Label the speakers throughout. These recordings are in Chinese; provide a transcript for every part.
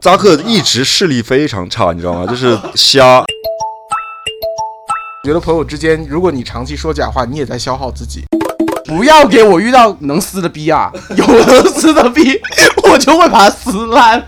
Speaker 1: 扎克一直视力非常差，你知道吗？就是瞎。
Speaker 2: 觉得朋友之间，如果你长期说假话，你也在消耗自己。不要给我遇到能撕的逼啊！ 有能撕的逼， 我就会把它撕 烂。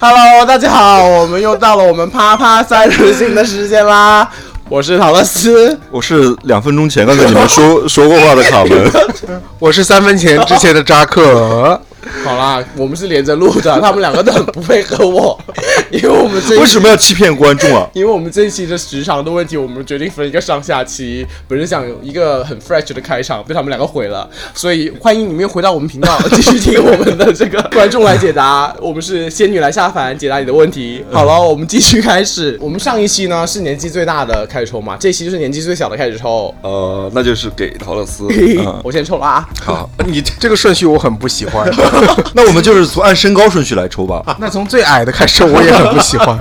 Speaker 2: Hello，大家好，我们又到了我们啪啪三人行的时间啦！我是陶乐斯，
Speaker 1: 我是两分钟前刚跟你们 说说过话的卡门，
Speaker 3: 我是三分钱之前的扎克，
Speaker 2: 好啦，我们是连着录的， 他们两个都很不配合我， 因为我们这一
Speaker 1: 为什么要欺骗观众啊？
Speaker 2: 因为我们这一期的时长的问题，我们决定分一个上下期。本身想有一个很 fresh 的开场，被他们两个毁了，所以欢迎你们又回到我们频道，继续听我们的这 个观众来解答。我们是仙女来下凡，解答你的问题。
Speaker 1: 嗯
Speaker 2: 好了，我们继续开始。我们上一期呢是年纪最大的开始抽嘛，这一期就是年纪最小的开始抽。
Speaker 1: 呃，那就是给陶乐 斯。嗯
Speaker 2: 我先抽了啊，
Speaker 1: 好，
Speaker 3: 你 这个顺序我很不喜 欢。
Speaker 1: 那我们就是从按身高顺序来抽吧。
Speaker 3: 那从最矮的开始，我也很不喜欢。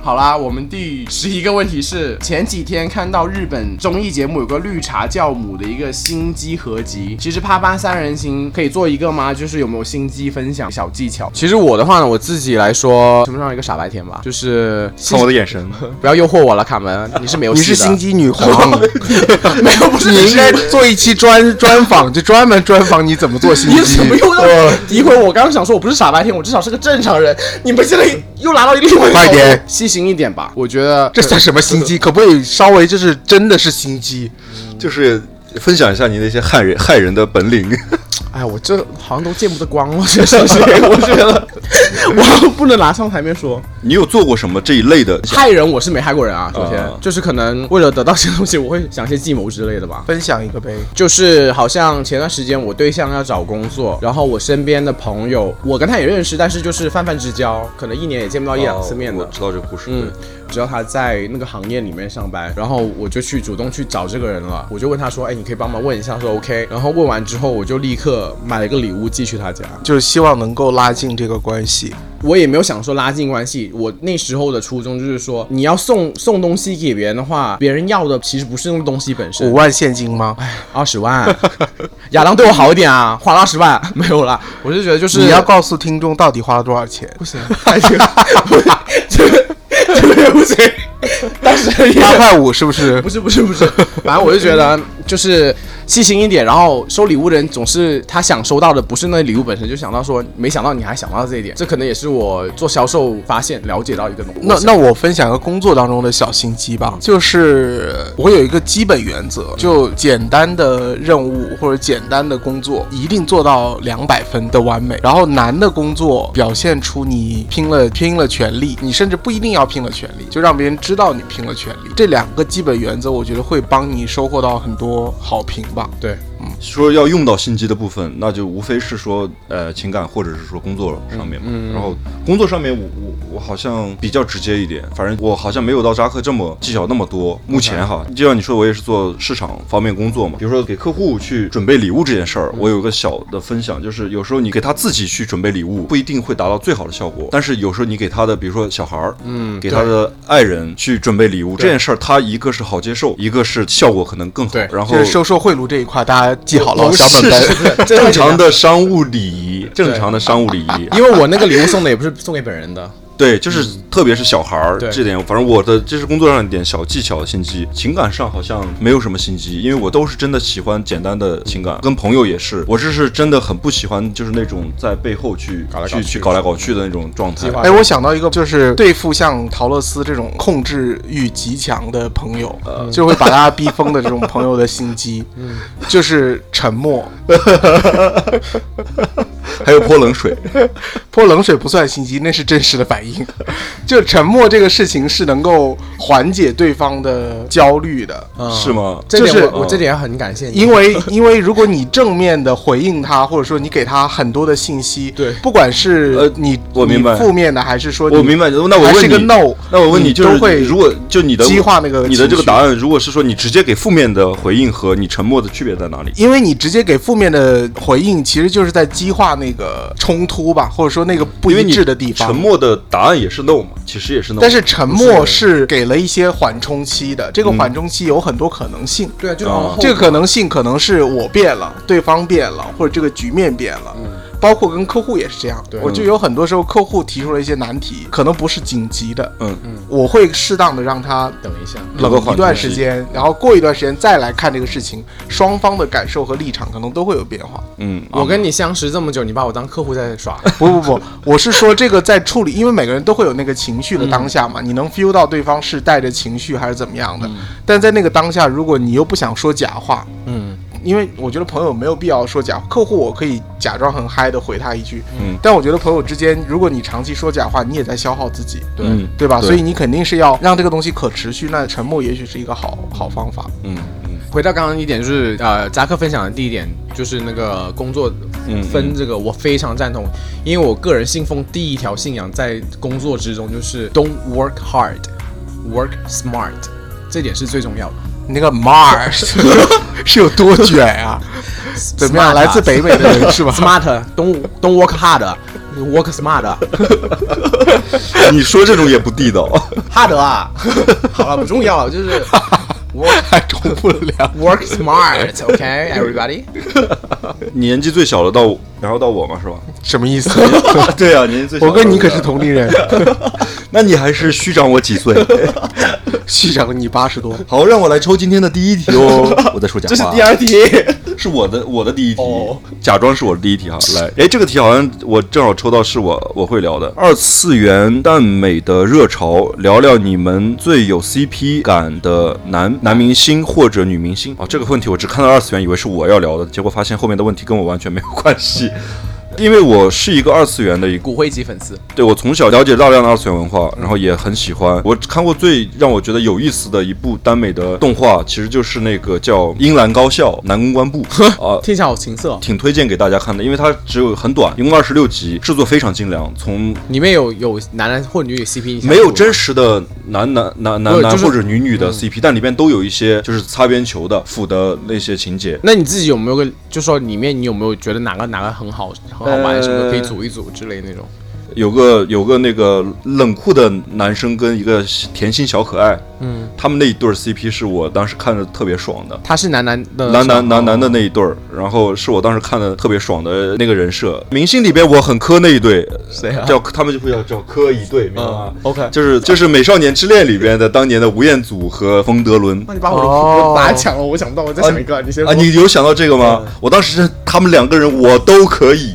Speaker 2: 好啦，我们第十一个问题是：前几天看到日本综艺节目有个绿茶教母的一个心机合集，其实啪啪三人行可以做一个吗？就是有没有心机分享小技巧？其实我的话呢，我自己来说，称不上一个傻白甜吧，就是
Speaker 1: 看我的眼神，
Speaker 2: 不要诱惑我了，卡门，你是没有
Speaker 3: 你是
Speaker 2: 戏的
Speaker 3: 心，机哦女皇，
Speaker 2: 没有不是
Speaker 3: 你应该做一期专专访，就专门专访你怎么做啊心
Speaker 2: 你
Speaker 3: 机
Speaker 2: 怎。么又让我诋毁我？我刚刚想说我不是傻白甜，我至少是个正常人，你们现在又拿到另外一个
Speaker 3: 快点
Speaker 2: 细心一点吧，我觉得
Speaker 3: 这算什么心机？可不可以稍微就是真的是心机？
Speaker 1: 就是分享一下你那些害人害人的本 领。
Speaker 2: 哎，我这好像都见不得光了， 这事情，我 觉得我不能拿上台面说。
Speaker 1: 你有做过什么这一类的？
Speaker 2: 害人我是没害过人啊，首先、
Speaker 1: 啊
Speaker 2: 就是可能为了得到些东西，我会想一些计谋之类的吧。
Speaker 3: 分享一个呗。
Speaker 2: 就是好像前段时间我对象要找工作，然后我身边的朋友，我跟他也认识，但是就是泛泛之交，可能一年也见不到一两次面的。
Speaker 1: 哦我知道这个故事。
Speaker 2: 嗯，只要他在那个行业里面上班，然后我就去主动去找这个人了，我就问他说，哎，你可以帮忙问一下，他说 OK，然后问完之后，我就立刻买了个礼物寄去他家。
Speaker 3: 就是希望能够拉近这个关系，
Speaker 2: 我也没有想说拉近关系，我那时候的初衷就是说，你要送送东西给别人的话，别人要的其实不是那个东西本
Speaker 3: 五
Speaker 2: 身。
Speaker 3: 万现金吗？
Speaker 2: 二十万，亚当对我好一点啊，花了二十万没有啦，我就觉得就是
Speaker 3: 你要告诉听众到底花了多少钱？
Speaker 2: 不行，太行，这个这个不行，当时也
Speaker 3: 八块五是不是
Speaker 2: 不？是不是不是，反正我就觉得就是细心一点，然后收礼物的人总是他想收到的不是那礼物本身，就想到说没想到你还想到这一点，这可能也是我做销售发现了解到一个东西。
Speaker 3: 那那我嗯分享一个工作当中的小心机吧，就是我有一个基本原则，就简单的任务或者简单的工作一定做到两百分的完美，然后难的工作表现出你拼了拼了全力，你甚至不一定要拼了全力，就让别人知道你拼了全力。这两个基本原则，我觉得会帮你收获到很多好评吧。
Speaker 2: 对，
Speaker 1: 说要用到心机的部分，那就无非是说呃情感或者是说工作上面嘛。然后工作上面我，我我好像比较直接一点，反正我好像没有到扎克这么技巧那么多。目前哈，就像你说，我也是做市场方面工作嘛，比如说给客户去准备礼物这件事儿，我有个小的分享，就是有时候你给他自己去准备礼物，不一定会达到最好的效果，但是有时候你给他的，比如说小孩儿，嗯，给他的爱人去准备礼物这件事儿，他一个是好接受，一个是效果可能更好。
Speaker 2: 对
Speaker 1: 然后
Speaker 3: 就是收受贿赂这一块，大家记好了
Speaker 1: 不
Speaker 3: 小本
Speaker 1: 是
Speaker 3: 本。
Speaker 1: 正常的商务礼仪，正常的商务礼仪。
Speaker 2: 因为我那个礼物送的也不是送给本人的，
Speaker 1: 对，就是特别是小孩儿
Speaker 2: 对
Speaker 1: 这点，反正我的这是工作上一点小技巧心机，情感上好像没有什么心机，因为我都是真的喜欢简单的情感，跟朋友也是，我这是真的很不喜欢就是那种在背后去
Speaker 2: 来搞
Speaker 1: 去
Speaker 2: 去
Speaker 1: 去搞来搞去的那种状态
Speaker 2: 计。划
Speaker 3: 哎，我想到一个，就是对付像陶乐斯这种控制欲极强的朋友，
Speaker 1: 嗯
Speaker 3: 就会把他逼疯的这种朋友的 心机，就是沉默。
Speaker 1: 还有泼冷水，
Speaker 3: 泼冷水不算心机，那是真实的反应。就沉默这个事情是能够缓解对方的焦虑的，
Speaker 1: 是吗？
Speaker 2: 这点我、
Speaker 3: 就是
Speaker 2: 我这点很感谢你，
Speaker 3: 因为因为如果你正面的回应他，或者说你给他很多的信息，
Speaker 2: 对
Speaker 3: 不管是
Speaker 1: 呃
Speaker 3: 你
Speaker 1: 我明白
Speaker 3: 你负面的还是说
Speaker 1: 我明
Speaker 3: 白，
Speaker 1: 白，那我
Speaker 3: 还
Speaker 1: 问
Speaker 3: 是
Speaker 1: 你
Speaker 3: 个 no，
Speaker 1: 那我问你，
Speaker 3: 你
Speaker 1: 就是
Speaker 3: 都会
Speaker 1: 如果就你的
Speaker 3: 激化那个
Speaker 1: 你的这
Speaker 3: 情
Speaker 1: 个
Speaker 3: 绪
Speaker 1: 答案，如果是说你直接给负面的回应和你沉默的区别在哪里？
Speaker 3: 因为你直接给负面的回应，其实就是在激化那个冲突吧，或者说那个不
Speaker 1: 因为
Speaker 3: 一
Speaker 1: 你
Speaker 3: 致的地方。
Speaker 1: 沉默的答案也是 no 嘛，其实也是那种，
Speaker 3: 但是沉默是给了一些缓冲期的，这个缓冲期有很多可能性。
Speaker 2: 对啊，就
Speaker 1: 啊
Speaker 2: 往后
Speaker 3: 这个可能性可能是我变了，对方变了，或者这个局面变了。
Speaker 1: 嗯
Speaker 3: 包括跟客户也是这样，我就有很多时候客户提出了一些难题，可能不是紧急的，
Speaker 1: 嗯，
Speaker 3: 我会适当的让他
Speaker 2: 等一下，
Speaker 1: 有个
Speaker 3: 冷
Speaker 1: 缓
Speaker 3: 一段
Speaker 1: 冲
Speaker 3: 时
Speaker 1: 期
Speaker 3: 间，然后过一段时间再来看这个事情，双方的感受和立场可能都会有变化。
Speaker 1: 嗯，
Speaker 2: 我跟你相识这么久，你把我当客户在耍，
Speaker 3: 不不不，我是说这个在处理，因为每个人都会有那个情绪的当下嘛，你能 feel 到对方是带着情绪还是怎么样的。但在那个当下，如果你又不想说假话，
Speaker 2: 嗯，
Speaker 3: 因为我觉得朋友没有必要说假，客户我可以假装很嗨的回他一句，
Speaker 1: 嗯
Speaker 3: 但我觉得朋友之间，如果你长期说假话，你也在消耗自己，对、
Speaker 1: 嗯
Speaker 3: 对吧？
Speaker 1: 对
Speaker 3: 所以你肯定是要让这个东西可持续，那沉默也许是一个好好方法。
Speaker 1: 嗯嗯
Speaker 2: 回到刚刚一点，就是呃，扎克分享的第一点就是那个工作
Speaker 1: 嗯
Speaker 2: 分这个，我非常赞同，因为我个人信奉第一条信仰在工作之中就是 don't work hard, work smart，这点是最重要的。
Speaker 3: 你那个 Mars 是有多卷啊？怎么样？
Speaker 2: Smart
Speaker 3: 来自北美的 人是吧？
Speaker 2: ？Smart，don't don't work hard，work smart，
Speaker 1: 嗯， 你说这种也不地道，
Speaker 2: 哈德啊，好了，不重要了，就是 work
Speaker 3: 还重复了两
Speaker 2: work smart，OK，everybody、
Speaker 1: 你年纪最小的到我，然后到我嘛，是吧？
Speaker 3: 什么意思？
Speaker 1: 对啊，年纪最小
Speaker 3: 我
Speaker 1: 的
Speaker 3: 跟你可是同龄人，
Speaker 1: 那你还是虚长我几岁。
Speaker 3: 虚长了你八十多。
Speaker 1: 好，让我来抽今天的第一题哦。我在说假话，
Speaker 2: 这是第二题。
Speaker 1: 是我的我的第一题，
Speaker 2: 哦
Speaker 1: 假装是我的第一题哈。来，哎，这个题好像我正好抽到，是我我会聊的二次元耽美的热潮，聊聊你们最有 CP 感的男男明星或者女明星啊。这个问题我只看到二次元，以为是我要聊的，结果发现后面的问题跟我完全没有关系。 因为我是一个二次元的一个，
Speaker 2: 骨灰级粉丝，
Speaker 1: 对我从小了解大量的二次元文化，然后也很喜欢。我看过最让我觉得有意思的一部耽美的动画，其实就是那个叫《樱兰高校男公关部》啊，
Speaker 2: 听起来好情色、哦。
Speaker 1: 挺推荐给大家看的，因为它只有很短，一共二十六集，制作非常精良，从
Speaker 2: 里面有有男男或女女 CP，你想
Speaker 1: 没有
Speaker 2: 过吗
Speaker 1: 真实的男男男
Speaker 2: 不
Speaker 1: 男
Speaker 2: 是
Speaker 1: 男
Speaker 2: 就是嗯
Speaker 1: 或者女女的 CP，但里边都有一些就是擦边球的腐的那些情节。
Speaker 2: 那你自己有没有个，就说里面你有没有觉得哪个哪个很好很好玩，
Speaker 1: 呃
Speaker 2: 什么可以组一组之类那种？
Speaker 1: 有个有个那个冷酷的男生跟一个甜心小可爱，
Speaker 2: 嗯，
Speaker 1: 他们那一对儿 CP 是我当时看着特别爽的。
Speaker 2: 他是男男的
Speaker 1: 男男男男的
Speaker 2: 哦
Speaker 1: 那一对儿，然后是我当时看的特别爽的那个人设。明星里边我很磕那一对，
Speaker 2: 谁啊
Speaker 1: 叫他们就会叫叫磕一对，明白吗
Speaker 2: 嗯？，OK，
Speaker 1: 就是就是《美少年之恋》里边的当年的吴彦祖和冯德伦
Speaker 2: 那你把我的
Speaker 3: 哦
Speaker 2: 我把它抢了，我想不到，我再想一个，你先
Speaker 1: 啊，
Speaker 2: 说。
Speaker 1: 你有想到这个吗？我当时是他们两个人我都可以，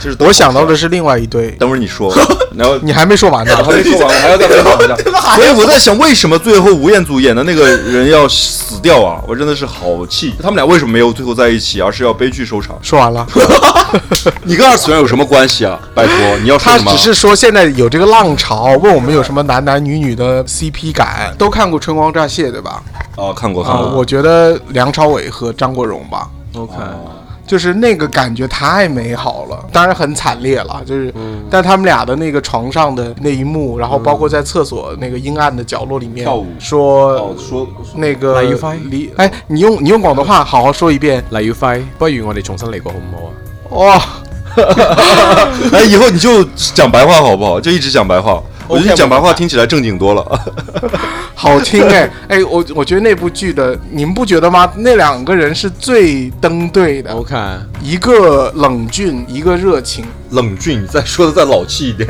Speaker 1: 就是都
Speaker 3: 我想到的是另外一堆，
Speaker 1: 等会儿你说，然后
Speaker 3: 你还没说完呢
Speaker 1: 我。 还没说完，我还要再回访一下。 所以我在想，为什么最后吴彦祖演的那个人要死掉啊？我真的是好气，他们俩为什么没有最后在一起，而啊是要悲剧收场？
Speaker 3: 说完了，
Speaker 1: 你跟二次元有什么关系啊？拜托，你要说
Speaker 3: 他
Speaker 1: 什么
Speaker 3: 只？是说现在有这个浪潮，问我们有什么男男女女的 CP 感，都看过《春光乍泄》对吧？
Speaker 1: 啊，看过看
Speaker 3: 啊，
Speaker 1: 过，
Speaker 3: 我觉得梁朝伟和张国荣吧，
Speaker 2: OK，
Speaker 3: 就是那个感觉太美好了，当然很惨烈了，就是，
Speaker 1: 嗯
Speaker 3: 但他们俩的那个床上的那一幕，然后包括在厕所那个阴暗的角落里面
Speaker 1: 跳舞
Speaker 3: 说
Speaker 1: 哦，说
Speaker 3: 那个
Speaker 2: 来一番
Speaker 3: 离，哎，你用你用广东话好好说一遍
Speaker 2: 黎耀輝，不如我哋重新嚟過好唔好啊？
Speaker 3: 哇，
Speaker 1: 哎，以后你就讲白话好不好？就一直讲白话，我觉得你讲白话听起来正经多了。
Speaker 3: 好听哎哎，我我觉得那部剧的，你们不觉得吗？那两个人是最登对的，
Speaker 2: OK，
Speaker 3: 一个冷峻，一个热情。
Speaker 1: 冷峻，你再说的再老气一点。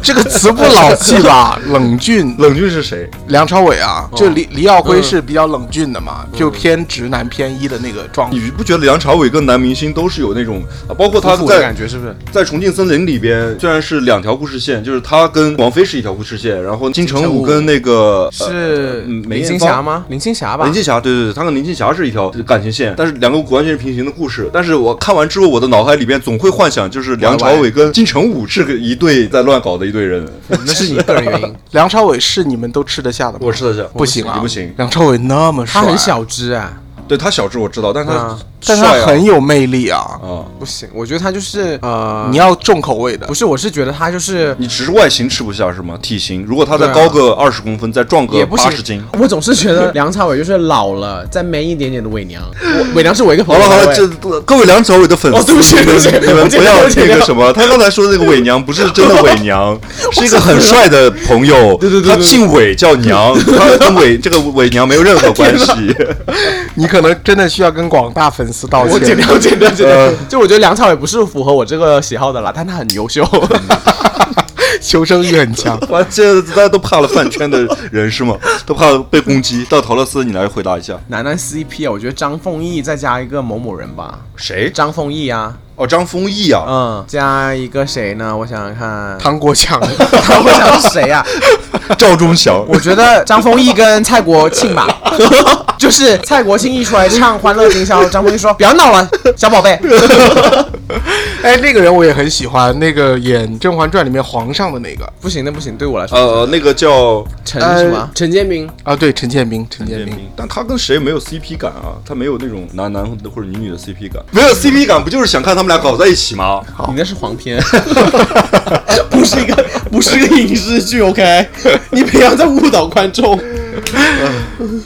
Speaker 3: 这个词不老气吧？冷峻，
Speaker 1: 冷峻是谁？
Speaker 3: 梁朝伟啊，就李李耀辉是比较冷峻的嘛，就偏直男偏一的那个状态。
Speaker 1: 你不觉得梁朝伟跟男明星都是有那种，啊包括他
Speaker 2: 夫妇的
Speaker 1: 在
Speaker 2: 感觉是不是？
Speaker 1: 在《重庆森林》里边，虽然是两条故事线，就是他跟王菲是一条故事线，然后金城武跟那个
Speaker 2: 是
Speaker 1: 嗯梅
Speaker 2: 林青
Speaker 1: 艳芳
Speaker 2: 霞吗？林青霞吧。
Speaker 1: 林青霞，对对对，他跟林青霞是一条感情线，但是两个完全是平行的故事。但是我看完之后，我的脑海里边总会幻想，就是梁朝伟跟金城武是个一对在乱搞的一对人。
Speaker 2: 那是你个人原因。
Speaker 3: 梁朝伟是你们都吃得下的吗？
Speaker 1: 我试了一下，
Speaker 3: 不行啊，
Speaker 1: 不行。
Speaker 3: 梁朝伟那么帅，
Speaker 2: 他很，小只啊，
Speaker 1: 对他小智我知道，但是他
Speaker 2: 啊
Speaker 3: 但
Speaker 1: 帅
Speaker 3: 他
Speaker 1: 啊
Speaker 3: 很有魅力啊，
Speaker 1: 啊，
Speaker 2: 不行，我觉得他就是呃，
Speaker 3: 你要重口味的
Speaker 2: 不。是，我是觉得他就是
Speaker 1: 你只是外形吃不下是吗？体型，如果他
Speaker 2: 对
Speaker 1: 再
Speaker 2: 啊
Speaker 1: 高个二十公分，再壮
Speaker 2: 也
Speaker 1: 个
Speaker 2: 不
Speaker 1: 八
Speaker 2: 行
Speaker 1: 十斤。
Speaker 2: 我总是觉 得梁朝伟就是老了再 man 一点点的伪娘，我 伪娘是我一个朋
Speaker 1: 好
Speaker 2: 友。
Speaker 1: 了好
Speaker 2: 各
Speaker 1: 了，
Speaker 2: 位
Speaker 1: 这各位梁朝伟的粉
Speaker 2: 哦对不起
Speaker 1: 丝，你
Speaker 2: 对不起
Speaker 1: 们你们
Speaker 2: 我剪
Speaker 1: 不
Speaker 2: 掉
Speaker 1: 要
Speaker 2: 我剪
Speaker 1: 那
Speaker 2: 掉
Speaker 1: 个什么，他刚才说的那个伪娘不是真的伪娘，是一个很帅的朋友，
Speaker 2: 对对对
Speaker 1: 他
Speaker 2: 对
Speaker 1: 姓伪叫娘，他跟伪这个伪娘没有任何关系。
Speaker 3: 你可能真的需要跟广大粉丝道
Speaker 2: 我剪
Speaker 3: 歉。
Speaker 2: 掉剪 掉剪掉
Speaker 1: 呃，
Speaker 2: 就我觉得梁朝伟不是符合我这个喜好的啦，但他很 优秀。
Speaker 3: 求生欲很强。
Speaker 1: 哇，这大家都怕了饭圈的人是吗？都怕被攻击。到陶乐斯，你来回答一下，
Speaker 2: 楠楠 CP 啊，我觉得张丰毅再加一个某某人吧，
Speaker 1: 谁？
Speaker 2: 张丰毅啊，
Speaker 1: 哦，张丰毅啊，
Speaker 2: 嗯，加一个谁呢？我想想看，
Speaker 3: 唐国强，
Speaker 2: 他我想是谁啊？
Speaker 1: 赵忠祥。
Speaker 2: 我觉得张丰毅跟蔡国庆吧， 就是蔡国庆一出来唱《欢乐今宵》，张丰毅 说不要闹了，小宝贝。
Speaker 3: 哎，那个人我也很喜欢，那个演《甄嬛传》里面皇上的那个
Speaker 2: 不行，那不行，对我来说，
Speaker 1: 呃，那个叫
Speaker 2: 陈
Speaker 3: 呃
Speaker 2: 什么？陈建斌，
Speaker 3: 啊，对，陈建斌，陈建
Speaker 1: 建
Speaker 3: 斌。
Speaker 1: 斌，但他跟谁没有 CP 感啊？他没有那种男男或者女女的 CP 感，没有 CP 感不就是想看他们俩搞在一起吗？
Speaker 2: 你那是黄片， 不是一个不是一个影视剧，OK？你 不要再误导观众。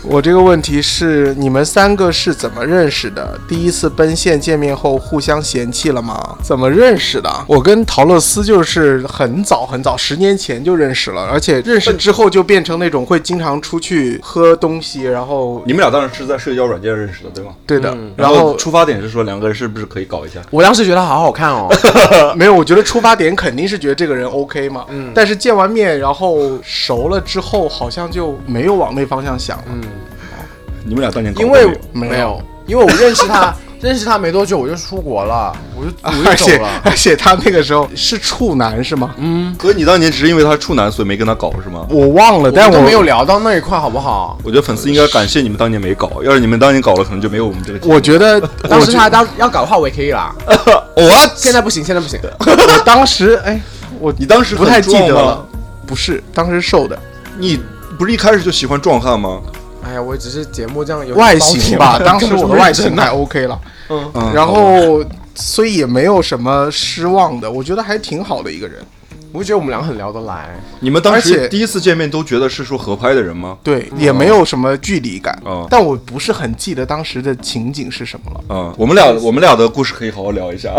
Speaker 3: 我这个问题是你们三个是怎么认识的？第一次奔现见面后互相嫌弃了吗？怎么认识的？我跟陶乐斯就是很早很早，十年前就认识了，而且认识之后就变成那种会经常出去喝东西，然后
Speaker 1: 你们俩当然是在社交软件认识的，对吗？
Speaker 3: 对的，
Speaker 1: 然
Speaker 3: 嗯然
Speaker 1: 后
Speaker 3: 后
Speaker 1: 出发点是说两个人是不是可以搞一下？
Speaker 2: 我当时觉得好好看哦，
Speaker 3: 没有，我觉得出发点肯定是觉得这个人 OK 嘛，嗯，但是见完面然后熟了之后，好像就没有往那方向想了，
Speaker 1: 你们俩当年搞
Speaker 2: 因
Speaker 1: 过没
Speaker 2: 为
Speaker 1: 有
Speaker 3: 没有
Speaker 2: 没有，因为我认识他， 认识他没多久我就出国了，我 就我
Speaker 3: 而
Speaker 2: 就
Speaker 3: 且
Speaker 2: 走了。
Speaker 3: 而且他那个时候是处男是吗？
Speaker 1: 所以你当年只是因为他处男，所以没跟他搞是吗？
Speaker 3: 我忘了，
Speaker 2: 但
Speaker 3: 但
Speaker 2: 我
Speaker 3: 我
Speaker 2: 们没有聊到那一块，好不好？
Speaker 1: 我觉得粉丝应该感谢你们当年没搞，要是你们当年搞了，可能就没有我们这个节目。
Speaker 3: 我觉得，
Speaker 2: 当
Speaker 3: 我
Speaker 2: 时
Speaker 3: 觉
Speaker 2: 他当要搞的话，我也可以啦。
Speaker 1: 我
Speaker 2: 现在不行，现在不行。
Speaker 3: 我当时哎，我
Speaker 1: 你当时
Speaker 3: 不太
Speaker 1: 很
Speaker 3: 记
Speaker 1: 壮
Speaker 3: 得
Speaker 1: 吗
Speaker 3: 了，不是当时瘦的
Speaker 1: 你不是一开始就喜欢壮汉吗？
Speaker 2: 哎呀，我只是节目这样有
Speaker 3: 外形吧，
Speaker 2: 包
Speaker 3: 当
Speaker 2: 体
Speaker 3: 时
Speaker 2: 嘛
Speaker 3: 我的外形还 OK 了，
Speaker 1: 嗯
Speaker 3: 然
Speaker 1: 好吧
Speaker 3: 后所以也没有什么失望的，我觉得还挺好的一个人。
Speaker 2: 我觉得我们俩很聊得来。
Speaker 1: 你们当
Speaker 3: 而且
Speaker 1: 时第一次见面都觉得是说合拍的人吗？
Speaker 3: 对，也没有什么距离感，
Speaker 1: 哦
Speaker 3: 但我不是很记得当时的情景是什么了。
Speaker 1: 啊、我们俩我们俩的故事可以好好聊一下，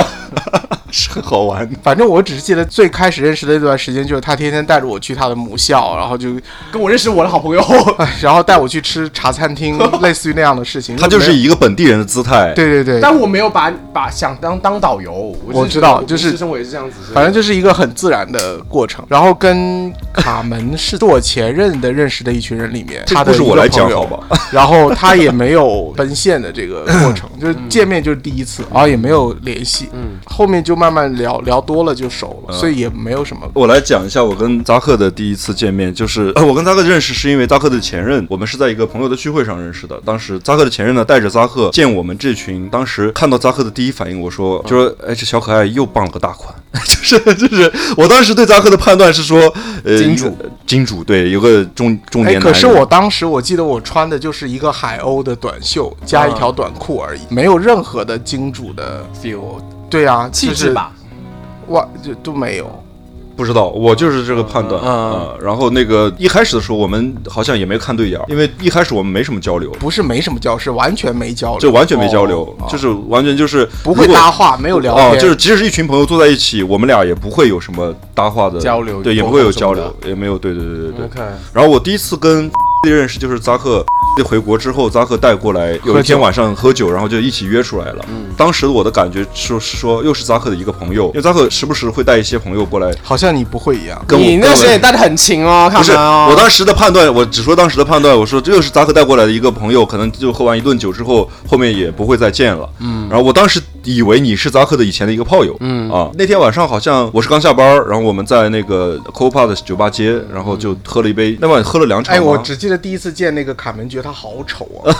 Speaker 1: 是很好玩的。
Speaker 3: 反正我只是记得最开始认识的那段时间，就是他天天带着我去他的母校，然后就，
Speaker 2: 跟我认识我的好朋友，
Speaker 3: 哎，然后带我去吃茶 餐厅，类似于那样的事情。
Speaker 1: 他就是
Speaker 3: 没有
Speaker 1: 以一个本地人的姿态，
Speaker 3: 对对 对，
Speaker 2: 但我没有把把想当当导游。我
Speaker 3: 我
Speaker 2: 是
Speaker 3: 知道
Speaker 2: 我
Speaker 3: 就是
Speaker 2: 我生活也是这样子。
Speaker 3: 反正就是一个很自然的过程。然后跟卡门是我前任的认识的一群人里面，
Speaker 1: 这
Speaker 3: 他
Speaker 1: 个
Speaker 3: 的
Speaker 1: 故
Speaker 3: 一
Speaker 1: 事
Speaker 3: 个
Speaker 1: 我来讲
Speaker 3: 朋友
Speaker 1: 好吧？ 嗯
Speaker 3: 然后他也没有奔现的这个过程，就是见面就是第一次，然后也没有联系，嗯，后面就慢慢聊聊多了就熟
Speaker 1: 嗯
Speaker 3: 了，所以也没有什么。
Speaker 1: 我来讲一下我跟扎克的第一次见面，就是、 呃我跟扎克认识是因为扎克的前任，我们是在一个朋友的聚会上认识的。当时扎克的前任呢带着扎克见我们这群，当时看到扎克的第一反应，我说就
Speaker 3: 嗯
Speaker 1: 说哎这小可爱又傍了个大款， 就是就是我当时对扎克的判断是说呃
Speaker 2: 金主
Speaker 1: 金主对有个中中
Speaker 3: 哎，
Speaker 1: 年男人，
Speaker 3: 可是我当时我记得我穿的就是一个海鸥的短袖加一
Speaker 1: 嗯
Speaker 3: 条短裤而已，没有任何的金主的
Speaker 2: feel
Speaker 3: 对啊，
Speaker 2: 气质，吧，
Speaker 3: 哇，就都没有。
Speaker 1: 不知道，我就是这个判断
Speaker 2: 嗯嗯
Speaker 1: 啊、然后那个一开始的时候，我们好像也没看对眼儿，因为一开始我们没什么交流，
Speaker 3: 不是没什么交流，是完全没交流，
Speaker 1: 就完全没交流，
Speaker 3: 哦
Speaker 1: 就是完全就是
Speaker 3: 不会
Speaker 1: 如果
Speaker 3: 搭话，没有聊
Speaker 1: 哦
Speaker 3: 天，，
Speaker 1: 就是即使是一群朋友坐在一起，我们俩也不会有什么搭话的
Speaker 2: 交流
Speaker 1: 对，也
Speaker 2: 沟
Speaker 1: 不
Speaker 2: 通
Speaker 1: 会有
Speaker 2: 什么
Speaker 1: 交
Speaker 2: 的
Speaker 1: 流，也没有对对对对对。
Speaker 2: OK
Speaker 1: 然后我第一次跟 的认识就是扎克。回国之后，扎克带过来，有一天晚上喝酒，然后就一起约出来了。
Speaker 2: 嗯
Speaker 1: 当时我的感觉是是说，又是扎克的一个朋友，因为扎克时不时会带一些朋友过来
Speaker 3: 好像你不会一样。
Speaker 1: 跟我。
Speaker 2: 你那
Speaker 1: 跟我
Speaker 2: 时候也带的很勤哦，看
Speaker 1: 不是，
Speaker 2: 门
Speaker 3: 啊
Speaker 2: 哦。
Speaker 1: 我当时的判断，我只说当时的判断，我说这又是扎克带过来的一个朋友，可能就喝完一顿酒之后，后面也不会再见了。嗯，然后我当时以为你是扎克的以前的一个炮友。嗯啊，那天晚上好像我是刚下班儿，然后我们在那个 Copa 的酒吧街，然后就喝了一杯，那晚喝了两场
Speaker 3: 哎，
Speaker 1: 吗。
Speaker 3: 我只记得第一次见那个卡门，觉得他好丑啊！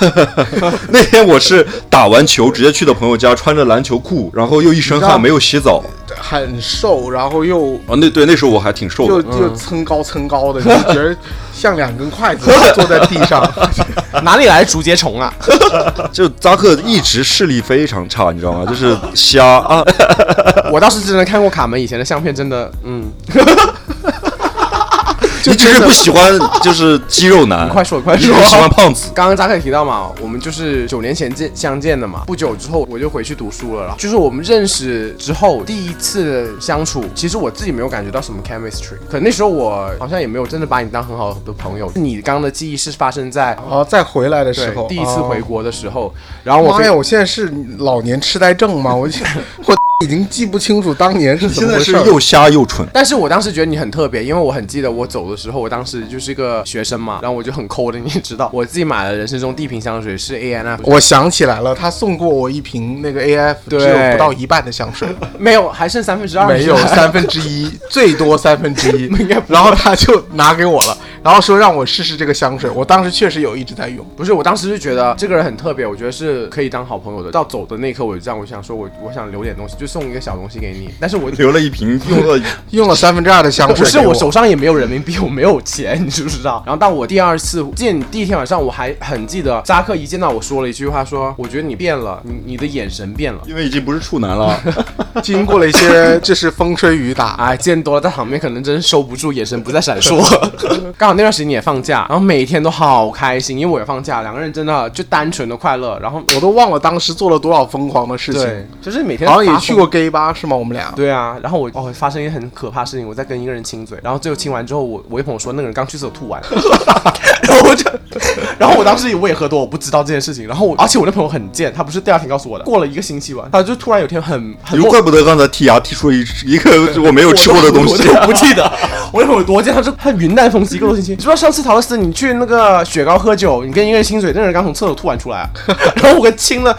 Speaker 1: 那天我是打完球直接去的朋友家，穿着篮球裤，然后又一身
Speaker 3: 你知道
Speaker 1: 汗，没有洗澡。
Speaker 3: 很瘦，然后又
Speaker 1: 啊，那对那时候我还挺瘦
Speaker 3: 又
Speaker 1: 的，
Speaker 3: 又蹭高蹭高的，你就觉得像两根筷子坐在地上。
Speaker 2: 哪里来竹节虫啊？
Speaker 1: 就扎克一直视力非常差，你知道吗？就是瞎 啊，
Speaker 2: 我倒是真的看过卡门以前的相片，真的，嗯，
Speaker 1: 你只是不喜欢 就是肌肉 男，
Speaker 2: 快说快
Speaker 1: 你只是
Speaker 2: 说
Speaker 1: 喜欢胖子。
Speaker 2: 刚刚扎克也提到嘛，我们就是九年前见相见的嘛，不久之后我就回去读书了啦。就是我们认识之后第一次相处，其实我自己没有感觉到什么 chemistry，可能那时候我好像也没有真的把你当很好的朋友。你刚刚的记忆是发生在
Speaker 3: 哦，再回来的时
Speaker 2: 对
Speaker 3: 候，
Speaker 2: 第一次
Speaker 3: 哦
Speaker 2: 回国的时候，然后我
Speaker 3: 妈
Speaker 2: 非
Speaker 3: 呀！我现在是老年痴呆症吗？我已经我已经记不清楚当年是怎
Speaker 1: 现
Speaker 3: 么
Speaker 1: 在
Speaker 3: 回
Speaker 1: 是
Speaker 3: 事儿。
Speaker 1: 又瞎又蠢，
Speaker 2: 但是我当时觉得你很特别，因为我很记得我走的时候，我当时就是一个学生嘛，然后我就很抠的，你也知道，我自己买了人生中第一瓶香水是 A N F，
Speaker 3: 我想起来了，他送过我一瓶那个 AF 只
Speaker 2: 对
Speaker 3: 有不到一半的香水，
Speaker 2: 没有，还剩三分之二，啊
Speaker 3: 没有三分之一， 最多三分之 一
Speaker 2: 应该。不
Speaker 3: 然后他就拿给我了，然后说让我试试这个香水。我当时确实有一直在用，
Speaker 2: 不是，我当时就觉得这个人很特别，我觉得是可以当好朋友的。到走的那一刻，我就这样，我想说我，我想留点东西，就送一个小东西给你。但是我
Speaker 1: 留了一瓶，用了
Speaker 3: 用了三分之二的香水
Speaker 2: 不是
Speaker 3: 给
Speaker 2: 我
Speaker 3: 我
Speaker 2: 手上也没有人民币，我没有钱，你知不知道？然后当我第二次见你第一天晚上，我还很记得扎克一见到我说了一句话说，我觉得你变了，你你的眼神变了。
Speaker 1: 因为已经不是处男了。
Speaker 3: 经过了一些就是风吹雨打，
Speaker 2: 哎，见多了在旁边可能真收不住，眼神不再闪烁。刚好那段时间你也放假，然后每天都好开心，因为我也放假，两个人真的就单纯的快乐。然后
Speaker 3: 我都忘了当时做了多少疯狂的事
Speaker 2: 对
Speaker 3: 情。，
Speaker 2: 就是每天
Speaker 3: 好像
Speaker 2: 发
Speaker 3: 也
Speaker 2: 疯
Speaker 3: 去过 gay 吧是吗？我们俩。
Speaker 2: 对啊，然后我哦发生一个很可怕的事情，我在跟一个人亲嘴，然后最后亲完之后，我我一朋友说那个人刚去厕所吐完， 然后我就，然后我当时我也喝多，我不知道这件事情，然后我而且我那朋友很贱，他不是第二天告诉我的，过了一个星期吧，他就突然有一天很很
Speaker 1: 哟，怪不得刚才剔牙剔出一一个我没有吃过的东西 哦
Speaker 2: 我。都不记得。我那会儿有多贱，他说他云淡风轻，一个多星期。你知道上次陶乐斯你去那个雪糕喝酒，你跟一个人亲嘴，那人刚从厕所吐完出来，啊然后我给亲了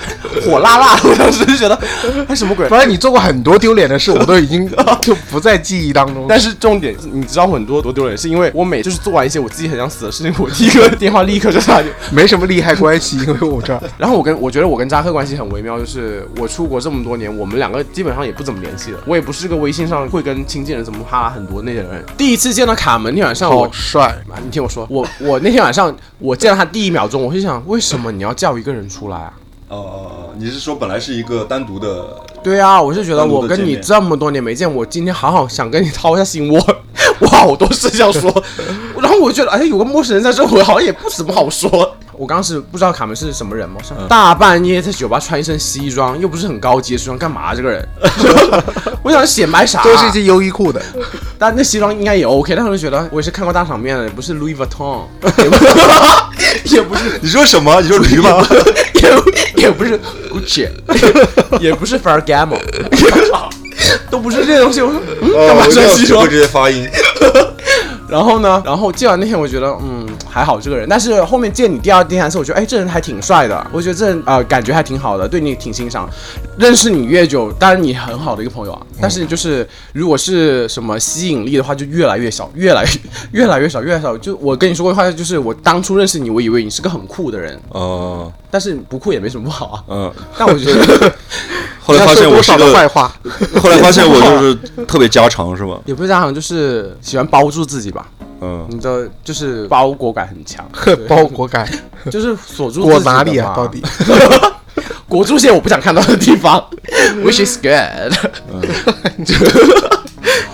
Speaker 2: 火辣辣，我当时就觉得他什么鬼？
Speaker 3: 反正你做过很多丢脸的事，我都已 经就不在记忆当中。
Speaker 2: 但是重点，你知道我很多多丢脸，是因为我每就是做完一些我自己很想死的事情，我第一个电话立刻就打去。
Speaker 3: 没什么利害关系，因为我这儿
Speaker 2: 然后我跟我觉得我跟扎克关系很微妙，就是我出国这么多年，我们两个基本上也不怎么联系了。我也不是个微信上会跟亲近人怎么哈拉很多那些人。第一次见到卡门那天晚上，我
Speaker 3: 好帅。
Speaker 2: 妈你听我说，我我那天晚上我见到他第一秒钟，我就想，为什么你要叫一个人出来啊？
Speaker 1: 哦，你是说本来是一个单独的，
Speaker 2: 对啊，我就觉得
Speaker 1: 单独
Speaker 2: 我
Speaker 1: 地
Speaker 2: 跟
Speaker 1: 见
Speaker 2: 你
Speaker 1: 面
Speaker 2: 这么多年没见，我今天好好想跟你掏一下心窝， 我好多事想说。然后我就觉得，哎，有个陌生人在这，我好像也不怎么好说。我当时不知道卡门是什么人嘛，我想大半夜在酒吧穿一身西装，又不是很高级的西装，干嘛、啊这个人？ 我想显摆啥、啊
Speaker 3: 都是一些优衣库的，
Speaker 2: 但那西装应该也 OK，但是我就觉得我也是看过大场面的，也不是 Louis Vuitton，也 不也不是
Speaker 1: 你说什么？你 说驴吗？
Speaker 2: 也也不是 Gucci，也不是 Ferragamo，都不是这些东西。我说，嗯，干嘛
Speaker 1: 哦我
Speaker 2: 穿西装
Speaker 1: 会？直接发音。
Speaker 2: 然后呢？然后见完那天，我觉得，嗯，还好这个人。但是后面见你第二天还是，我觉得，哎，这人还挺帅的，我觉得这人啊、呃感觉还挺好的，对你挺欣赏。认识你越久，当然你很好的一个朋友啊，但是就是如果是什么吸引力的话，就越来越小，越来 越越来越少，越来越少。就我跟你说过的话，就是我当初认识你，我以为你是个很酷的人，
Speaker 1: 哦，
Speaker 2: 但是不酷也没什么不好啊。
Speaker 1: 嗯，
Speaker 2: 但我觉得
Speaker 1: 后来发现
Speaker 3: 多
Speaker 1: 我是
Speaker 3: 少的坏
Speaker 1: 个，
Speaker 3: 话，
Speaker 1: 后来发现我就是特别家常，是吧？
Speaker 2: 也不是这样，就是喜欢包住自己吧，
Speaker 1: 嗯，
Speaker 2: 你的就是包裹感很强，
Speaker 3: 包裹感
Speaker 2: 就是锁住
Speaker 3: 裹
Speaker 2: 自己
Speaker 3: 哪
Speaker 2: 的
Speaker 3: 里啊
Speaker 2: 嘛？
Speaker 3: 到底
Speaker 2: 裹住些我不想看到的地 方，which is good。
Speaker 3: 嗯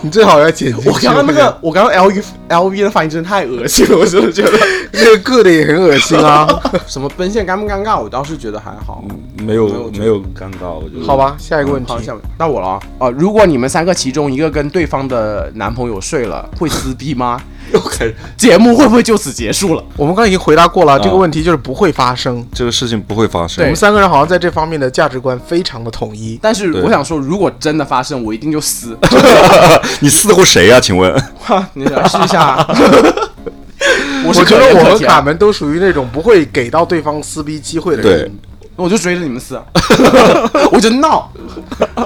Speaker 3: 你最好要剪进去。
Speaker 2: 我刚刚那个，我刚刚 L V L V 的发音真的太恶心了，我真的觉 得
Speaker 3: 那个硌的也很恶心啊。
Speaker 2: 什么奔现尴不尴尬，我倒是觉得还好。
Speaker 3: 嗯
Speaker 1: 没有没有尴尬，我觉得。
Speaker 3: 好，吧，下一个问题
Speaker 2: 好，，下面到我了啊、哦如果你们三个其中一个跟对方的男朋友睡了，会撕逼 吗？
Speaker 1: 又开始
Speaker 2: 节目会不会就此结束了？
Speaker 3: 我们刚刚已经回答过了，这个
Speaker 1: 啊
Speaker 3: 问题就是不会发生。
Speaker 1: 这个事情不会发
Speaker 3: 我
Speaker 1: 生
Speaker 3: 们。三个人好像在这方面的价值观非常的统一。
Speaker 2: 但是
Speaker 1: 对
Speaker 2: 我想说，如果真的发生，我一定就 撕。
Speaker 1: 你伺候谁啊呀？请问？
Speaker 2: 哈，你来试一下啊。 我是
Speaker 3: 我觉
Speaker 2: 可啊
Speaker 3: 得
Speaker 2: 人
Speaker 3: 我
Speaker 2: 可
Speaker 3: 和
Speaker 2: 舔
Speaker 3: 卡，门都属于那种不会给到对方撕逼机会的
Speaker 1: 对
Speaker 3: 人。，
Speaker 2: 我就追着你们撕，啊 我就闹。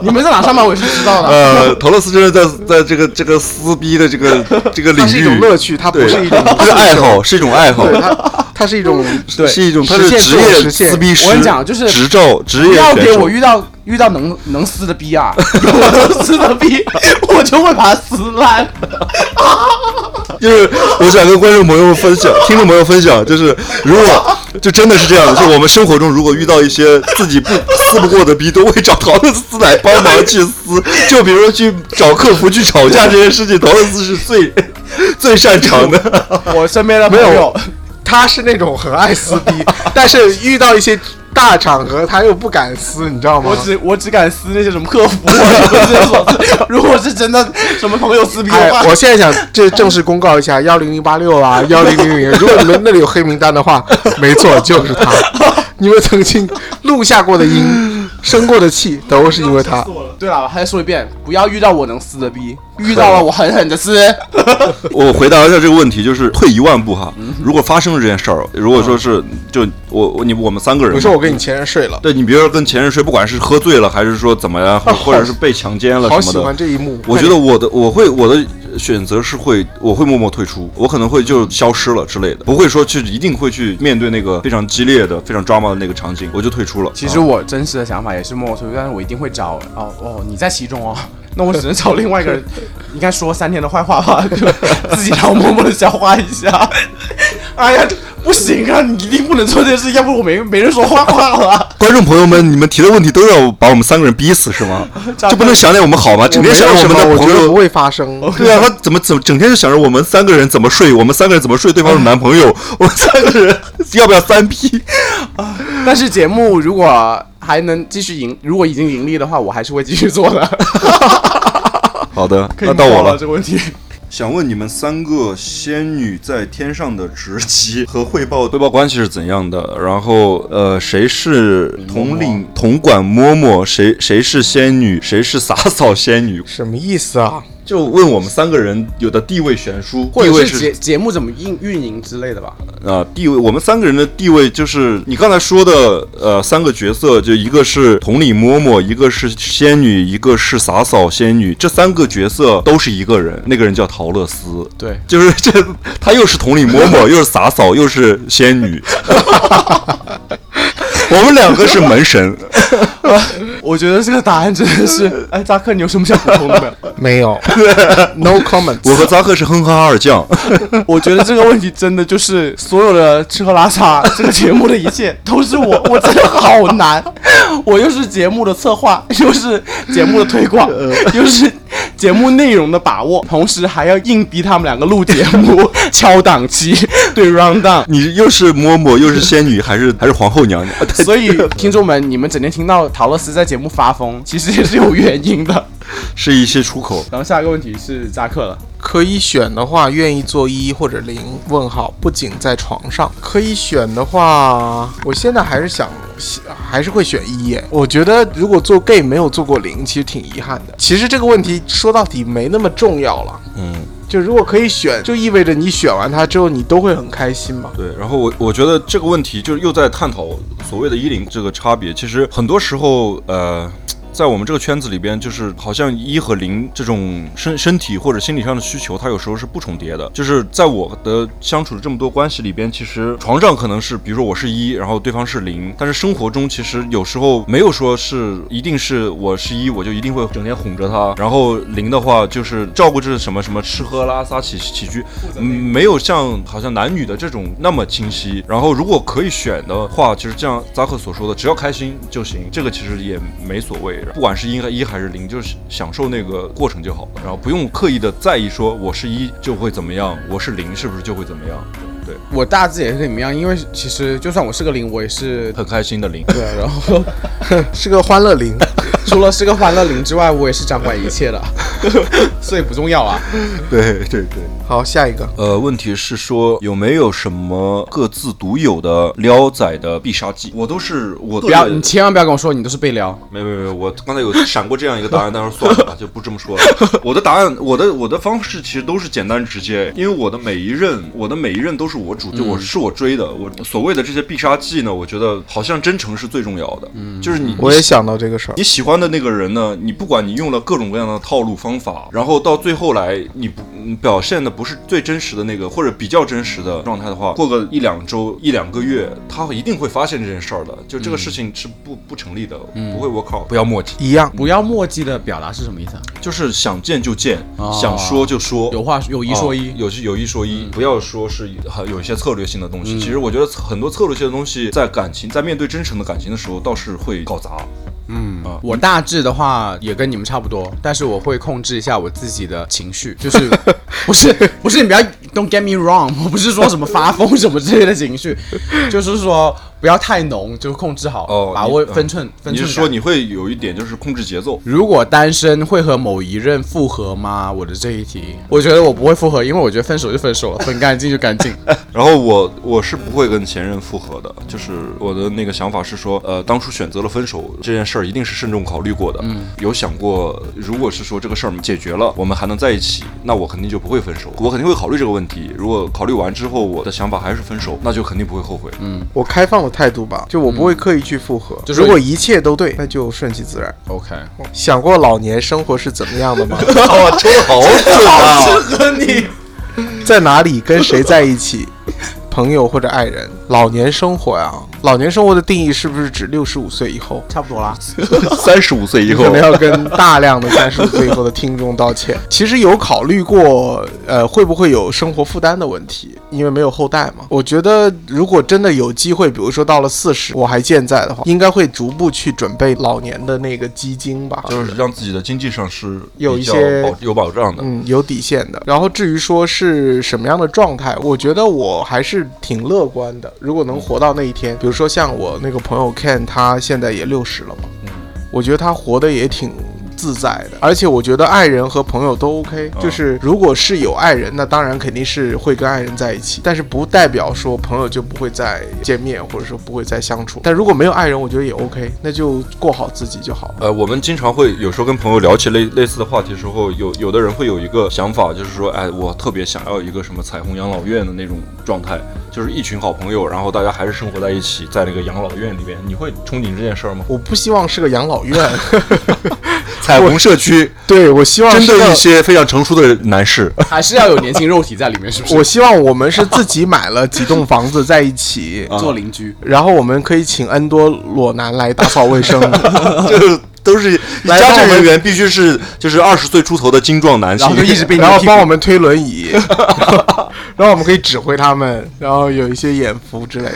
Speaker 2: 你们在哪上班，我也是知道的。
Speaker 1: 呃，陶乐斯真的在在这个这个 撕逼的这个这个领域，
Speaker 3: 它是一种乐趣它不
Speaker 1: 对
Speaker 3: 是一种
Speaker 1: 不是爱好，是一种爱好。
Speaker 3: 对他，它是一种
Speaker 2: 对
Speaker 1: 是一种他是
Speaker 3: 实现
Speaker 1: 职
Speaker 3: 自我
Speaker 1: 业
Speaker 3: 实现
Speaker 1: 撕逼师，
Speaker 2: 我跟你讲就是
Speaker 1: 执照职
Speaker 2: 不
Speaker 1: 业
Speaker 2: 要
Speaker 1: 选
Speaker 2: 给
Speaker 1: 手
Speaker 2: 我遇到遇到能能撕的逼 啊！我能撕的逼，我就会把它撕烂。
Speaker 1: 就是我想跟观众朋友们分享、听众朋友分享，就是如果就真的是这样的，就我们生活中如果遇到一些自己不撕不过的逼，都会找陶乐斯来帮忙去撕。就比如说去找客服去吵架这件事情，陶乐斯是最 最擅长的。
Speaker 2: 我身边的朋
Speaker 3: 没
Speaker 2: 友
Speaker 3: 有，他是那种很爱撕逼，但是遇到一些大场合他又不敢撕，你知道吗
Speaker 2: 我？只我只敢撕那些什么客服啊，什么这种。 如果是真的什么朋友 撕逼
Speaker 3: 哎
Speaker 2: 的话，，
Speaker 3: 我现在想这正式公告一下，幺零零八六啊，幺零零零，如果你们那里有黑名单的话，没错，就是他。 你们曾经录下过的音、生过的气，都是因为他。
Speaker 2: 对了，还再说一遍，不要遇到我能撕的逼，遇到了我狠狠的撕。
Speaker 1: 我回答一下这个问题，就是退一万步哈，
Speaker 3: 嗯
Speaker 1: 如果发生了这件事儿，如果说是就我我你我们三个人嘛，
Speaker 3: 我说我跟你前任睡了，
Speaker 1: 对你比如说跟前任睡，不管是喝醉了还是说怎么样，或或者是被强奸了
Speaker 3: 哦好
Speaker 1: 什么
Speaker 3: 喜
Speaker 1: 的，
Speaker 3: 欢这一幕。哎
Speaker 1: 我觉得我的我会我的选择是会我会默默退出，我可能会就消失了之类的，不会说去一定会去面对那个非常激烈的、非常 drama 的那个场景，我就退出了。
Speaker 2: 其实
Speaker 1: 啊
Speaker 2: 我真实的想法也是默默退出，但是我一定会找哦哦，你在其中哦， 那我只能找另外一 个人，应该说三天的坏话吧， 就自己让我默默的消化一 下。哎呀，不行啊，你一定不能做这件事，要不我没没人说坏话了。
Speaker 1: 观众朋友们，你们提的问题都要把我们三个人逼死是 吗？就不能想点我们好吗？整
Speaker 3: 我没
Speaker 1: 天想着
Speaker 3: 有
Speaker 1: 们
Speaker 3: 什么
Speaker 1: 的
Speaker 3: 我
Speaker 1: 朋
Speaker 3: 觉得不
Speaker 1: 友。
Speaker 3: 会发生。
Speaker 1: 对啊，他怎么怎么整天就想着我们三个人怎么睡，我们三个人怎么睡对方是男朋友， 我们三个人要不要三 P？
Speaker 2: 但是节目如果还能继续盈，如果已经盈利的话，我还是会继续做的。
Speaker 1: 好的，
Speaker 2: 可以
Speaker 1: 那到我
Speaker 2: 忘
Speaker 1: 了
Speaker 2: 了。这个 问题。
Speaker 1: 想问你们三个仙女在天上的职级和汇报汇报关系是怎样的？然后呃，谁是统领统管嬷嬷？谁谁是仙女？谁是洒扫仙女？
Speaker 3: 什么意思啊？
Speaker 1: 就问我们三个人有的地位悬殊，
Speaker 2: 或
Speaker 1: 地
Speaker 2: 者
Speaker 1: 位
Speaker 2: 是
Speaker 1: 是
Speaker 2: 节节目怎么运运营之类的吧。
Speaker 1: 啊，地位，我们三个人的地位就是你刚才说的，呃，三个角色，就一个是统领嬷嬷，一个是仙女，一个是洒扫仙女，这三个角色都是一个人，那个人叫陶乐斯，
Speaker 2: 对
Speaker 1: 就是 这，他又是统领嬷嬷，又是洒扫，又是仙女， 我们两个是门神，
Speaker 2: 我觉得这个答案真的 是，哎，扎克，你有什么想补充的没有？
Speaker 3: 没 有，no comment。
Speaker 1: 我和扎克是哼哈二将，
Speaker 2: 我觉得这个问题真的就是 所有的吃喝拉撒 这个节目的一切都是我， 我真的好难。 我又是节目的策划， 又是节目的推广， 又是节目内容的把握，同时还要硬逼他们两个录节目、 敲档期、 对 round down。
Speaker 1: 你又是嬷嬷，又是仙女，还是还是皇后娘娘，
Speaker 2: 所以，听众们，你们整天听到陶乐斯在节目发疯，其实也是有原因的。
Speaker 1: 是一些出口。
Speaker 2: 然后下一个问题是扎克了，
Speaker 3: 可以选的话，愿意做一或者零？问号，不仅在床上。可以选的话，我现在还是想，还是会选一耶。我觉得如果做 gay 没有做过零，其实挺遗憾的。其实这个问题说到底没那么重要了。
Speaker 1: 嗯。
Speaker 3: 就如果可以选，就意味着你选完它之后，你都会很开心嘛。
Speaker 1: 对，然后我我觉得这个问题就是又在探讨所谓的“一零”这个差别。其实很多时候，呃，在我们这个圈子里边，就是好像一和零这种身身体或者心理上的需求，它有时候是不重叠的。就是在我的相处的这么多关系里边，其实床上可能是，比如说我是一，然后对方是零，但是生活中其实有时候没有说是一定是我是一，我就一定会整天哄着他，然后零的话就是照顾这什么什么吃喝拉撒起起居，嗯，没有像好像男女的这种那么清晰。然后如果可以选的话，其实就像扎克所说的，只要开心就行，这个其实也没所谓，不管是一还一还是零，就是享受那个过程就好了，然后不用刻意的在意说我是一就会怎么样，我是零是不是就会怎么样，对，
Speaker 2: 我大致也是跟你们一样，因为其实就算我是个零，我也是
Speaker 1: 很开心的零。
Speaker 2: 对，然后
Speaker 3: 是个欢乐零。
Speaker 2: 除了是个欢乐零之外，我也是掌管一切的， 所以不重要啊。
Speaker 1: 对对对。
Speaker 3: 好，下一个。
Speaker 1: 呃，问题是说有没有什么各自独有的撩仔的必杀技？我都是我
Speaker 2: 不要，你千万不要跟我说你都是被撩。
Speaker 1: 没有没有没有，我刚才有闪过这样一个答案，但是算了吧，就不这么说了。我的答案，我的我的方式其实都是简单直接，因为我的每一任，我的每一任都是我主，就
Speaker 3: 嗯
Speaker 1: 我是我追的。我所谓的这些必杀技呢，我觉得好像真诚是最重要的，就是你
Speaker 3: 嗯我也想到这个事儿，
Speaker 1: 你喜欢的那个人呢，你不管你用了各种各样的套路方法，然后到最后来，你不嗯表现的不是最真实的那个，或者比较真实的状态的话，过个一两周、一两个月，他一定会发现这件事儿的。就这个事情是不、不成立的，
Speaker 2: 嗯
Speaker 1: 不会我靠，不要墨迹，
Speaker 3: 一样。
Speaker 2: 不要墨迹的表达是什么意思啊？
Speaker 1: 就是想见就见，
Speaker 2: 哦
Speaker 1: 想说就说，
Speaker 2: 有话有一说一嗯
Speaker 1: 哦，有有一说一，不要说是很有一些策略性的东西。其实我觉得很多策略性的东西，在感情，在面对真诚的感情的时候，倒是会搞砸。
Speaker 2: 我大致的话也跟你们差不多，但是我会控制一下我自己的情绪，就是 不是不是你不要 don't get me wrong，我不是说什么发疯什么之类的情绪，就是说不要太浓，就控制好，
Speaker 1: 哦
Speaker 2: 把握
Speaker 1: 你
Speaker 2: 分寸、分寸感。
Speaker 1: 你是说你会有一点就是控制节奏？
Speaker 2: 如果单身会和某一任复合吗？我的这一题，我觉得我不会复合，因为我觉得分手就分手了，分干净就干 净。
Speaker 1: 然后我我是不会跟前任复合的，就是我的那个想法是说，呃，当初选择了分手这件事儿，一定是慎重考虑过的。嗯，有想过，如果是说这个事儿解决了，我们还能在一起，那我肯定就不会分手，我肯定会考虑这个问题。如果考虑完之后，我的想法还是分
Speaker 3: 嗯
Speaker 1: 手，那就肯定不会后悔。嗯，
Speaker 3: 我开放的态度吧，就我不会刻意去复合。
Speaker 2: 就是
Speaker 3: 如果一切都对，那就顺其自然。
Speaker 2: OK，
Speaker 3: 想过老年生活是怎么样的吗？
Speaker 1: 哇，抽的好准啊！
Speaker 3: 在哪里跟谁在一起，朋友或者爱人。老年生活呀、老年生活的定义是不是指六十五岁以后？
Speaker 2: 差不多啦。
Speaker 1: 三十五岁以 后
Speaker 3: 可能要跟大量的三十五岁以后的听众道歉。 其实有考虑过，呃，会不会有生活负担的问题，因为没有后代嘛。我觉得如果真的有机会，比如说到了四十我还健在的话，应该会逐步去准备老年的那个基金吧。
Speaker 1: 就是让自己的经济上是
Speaker 3: 有一
Speaker 1: 比较
Speaker 3: 些
Speaker 1: 保有保障的。
Speaker 3: 嗯，有底线的。然后至于说是什么样的状态，我觉得我还是挺乐观的。如果能活到那一天，比如说像我那个朋友 Ken，他现在也六十了嘛，我觉得他活得也挺。自在的，而且我觉得爱人和朋友都 OK，、就是如果是有爱人，那当然肯定是会跟爱人在一起，但是不代表说朋友就不会再见面，或者说不会再相处。但如果没有爱人，我觉得也 OK，那就过好自己就好了。
Speaker 1: 呃，我们经常会有时候跟朋友聊起类类似的话题的时候，有有的人会有一个想法，就是说，哎，我特别想要一个什么彩虹养老院的那种状态，就是一群好朋友，然后大家还是生活在一起，在那个养老院里面，你会憧憬这件事儿吗？
Speaker 3: 我不希望是个养老院，
Speaker 1: 彩虹社区
Speaker 3: 对我希望
Speaker 1: 针
Speaker 3: 是个
Speaker 1: 对一些非常成熟的男士，
Speaker 2: 还是要有年轻肉体在里面， 是不是？
Speaker 3: 我希望我们是自己买了几栋房子在一 起，
Speaker 2: 做邻居，
Speaker 3: 然后我们可以请 N 多裸男来打扫 卫生。
Speaker 1: 就是都是
Speaker 3: 来帮
Speaker 1: 家政
Speaker 3: 我
Speaker 1: 人
Speaker 3: 们
Speaker 1: 员必须是就是二十岁出头的精壮男性
Speaker 2: 然后，就一直被
Speaker 3: 然后帮我
Speaker 2: 们
Speaker 3: 们推轮椅， 然后我们可以指挥他们，然后有一些眼福之类的。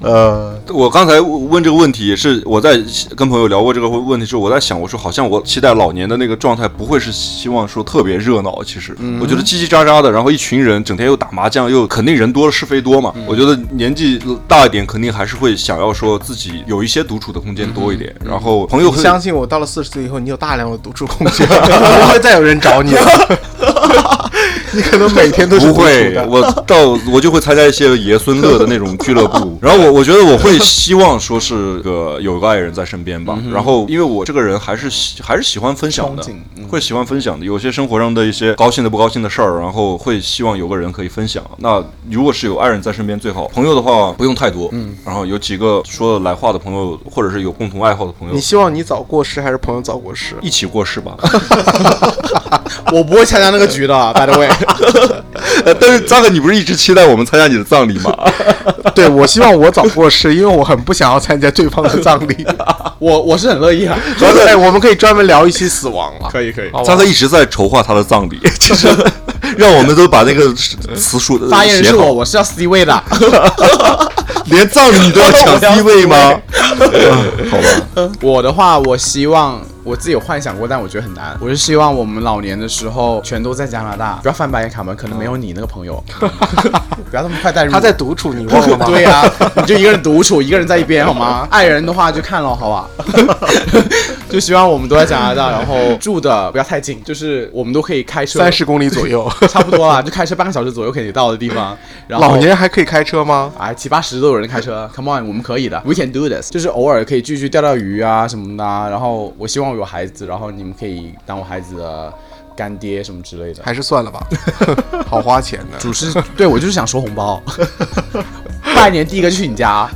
Speaker 1: 呃，我刚才问这个问题也是我在跟朋友聊过这个问题之后，我在想，我说好像我期待老年的那个状态不会是希望说特别热闹，其实、我觉得叽叽喳喳的，然后一群人整天又打麻将，又肯定人多了是非多嘛。我觉得年纪大一点，肯定还是会想要说自己有一些独处的空间多一点，然后朋友
Speaker 3: 你
Speaker 1: 很
Speaker 3: 相信我，到了四十岁以后，你有大量的独处空 间，不会再有人找你了。 你可能每天都
Speaker 1: 不
Speaker 3: 是独处
Speaker 1: 会，
Speaker 3: 的。
Speaker 1: 我到我就会参加一些爷孙乐的那种俱乐 部。然后我我觉得我会希望说是个有个爱人在身边吧。
Speaker 3: 嗯
Speaker 1: 然后因为我这个人还是喜还是喜欢分享的
Speaker 2: 憧憬，
Speaker 3: 嗯
Speaker 1: 会喜欢分享的。有些生活上的一些高兴的不高兴的事儿，然后会希望有个人可以分享。那如果是有爱人在身边最好，朋友的话不用太多，嗯，然后有几个说得来话的朋友，或者是有共同爱好的朋
Speaker 3: 你
Speaker 1: 友。
Speaker 3: 希望你早过世还是朋友早过世？
Speaker 1: 一起过世 吧，
Speaker 2: 我不会参加那个局的啊，by the way。
Speaker 1: 呃但是张哥，你不是一直期待我们参加你的葬礼吗？
Speaker 3: 对我希望我早过世，因为我很不想要参加对方的葬礼。
Speaker 2: 我我是很乐 意啊，
Speaker 3: 哎，我们可以专门聊一期死亡了。
Speaker 2: 可以可以。
Speaker 1: 扎克一直在筹划他的葬礼， 就是让我们都把那个词呃说的
Speaker 2: 发言人是我，，我是要 C 位的。
Speaker 1: 连葬礼你都要抢 C 位 吗？ 好吧，
Speaker 2: 我的话，我希望我自己有幻想过，但我觉得很难。我是希望我们老年的时候全都在加拿大，不要翻白眼，卡门，可能没有你那个 朋友，不要那么快带入。
Speaker 3: 他在独处，你忘了 吗？
Speaker 2: 对呀、你就一个人独处，一个人在一边好 吗？爱人的话就看了，好吧。 就希望我们都在加拿大，然后住的不要太近，就是我们都可以开车，
Speaker 3: 三十公里左右。
Speaker 2: 差不多啦，就开车半个小时左右可以到的地方。然后
Speaker 3: 老年还可以开车吗？
Speaker 2: 哎，七八十都有人开车，Come on，我们可以的，We can do this，就是偶尔可以聚聚钓钓鱼啊什么的啊。然后我希望我有孩子，然后你们可以当我孩子的干爹什么之类的。
Speaker 3: 还是算 了吧，好花钱 的。
Speaker 2: 主持对我就是想收红包，拜年第一个去你家。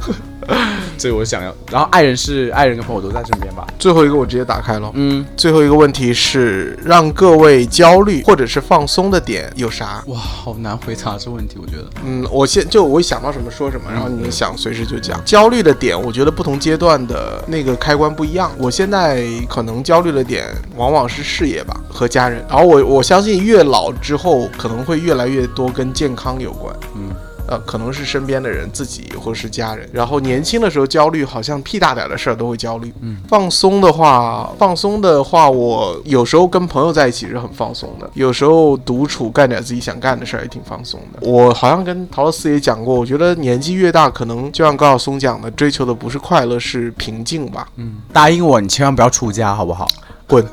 Speaker 4: 所以我想要，然后爱人是爱人跟朋友都在身边吧。
Speaker 3: 最后一个我直接打开了。
Speaker 4: 嗯，
Speaker 3: 最后一个问题是让各位焦虑或者是放松的点有啥？
Speaker 4: 哇，好难回答这问题，我觉得。
Speaker 3: 嗯，我先就我想到什么说什
Speaker 2: 嗯
Speaker 3: 么，然后你们想随时就讲。焦虑的点，我觉得不同阶段的那个开关不一样。我现在可能焦虑的点往往是事业吧和家人，然后我我相信越老之后可能会越来越多跟健康有关。
Speaker 4: 嗯，
Speaker 3: 呃，可能是身边的人、自己或是家人。然后年轻的时候焦虑，好像屁大点儿的事儿都会焦虑。
Speaker 4: 嗯，
Speaker 3: 放松的话，放松的话，我有时候跟朋友在一起是很放松的，有时候独处干点自己想干的事儿也挺放松的。我好像跟陶乐斯也讲过，我觉得年纪越大，可能就像高晓松讲的，追求的不是快乐，是平静吧。
Speaker 2: 答应我，你千万不要出家，好不好？
Speaker 3: 滚！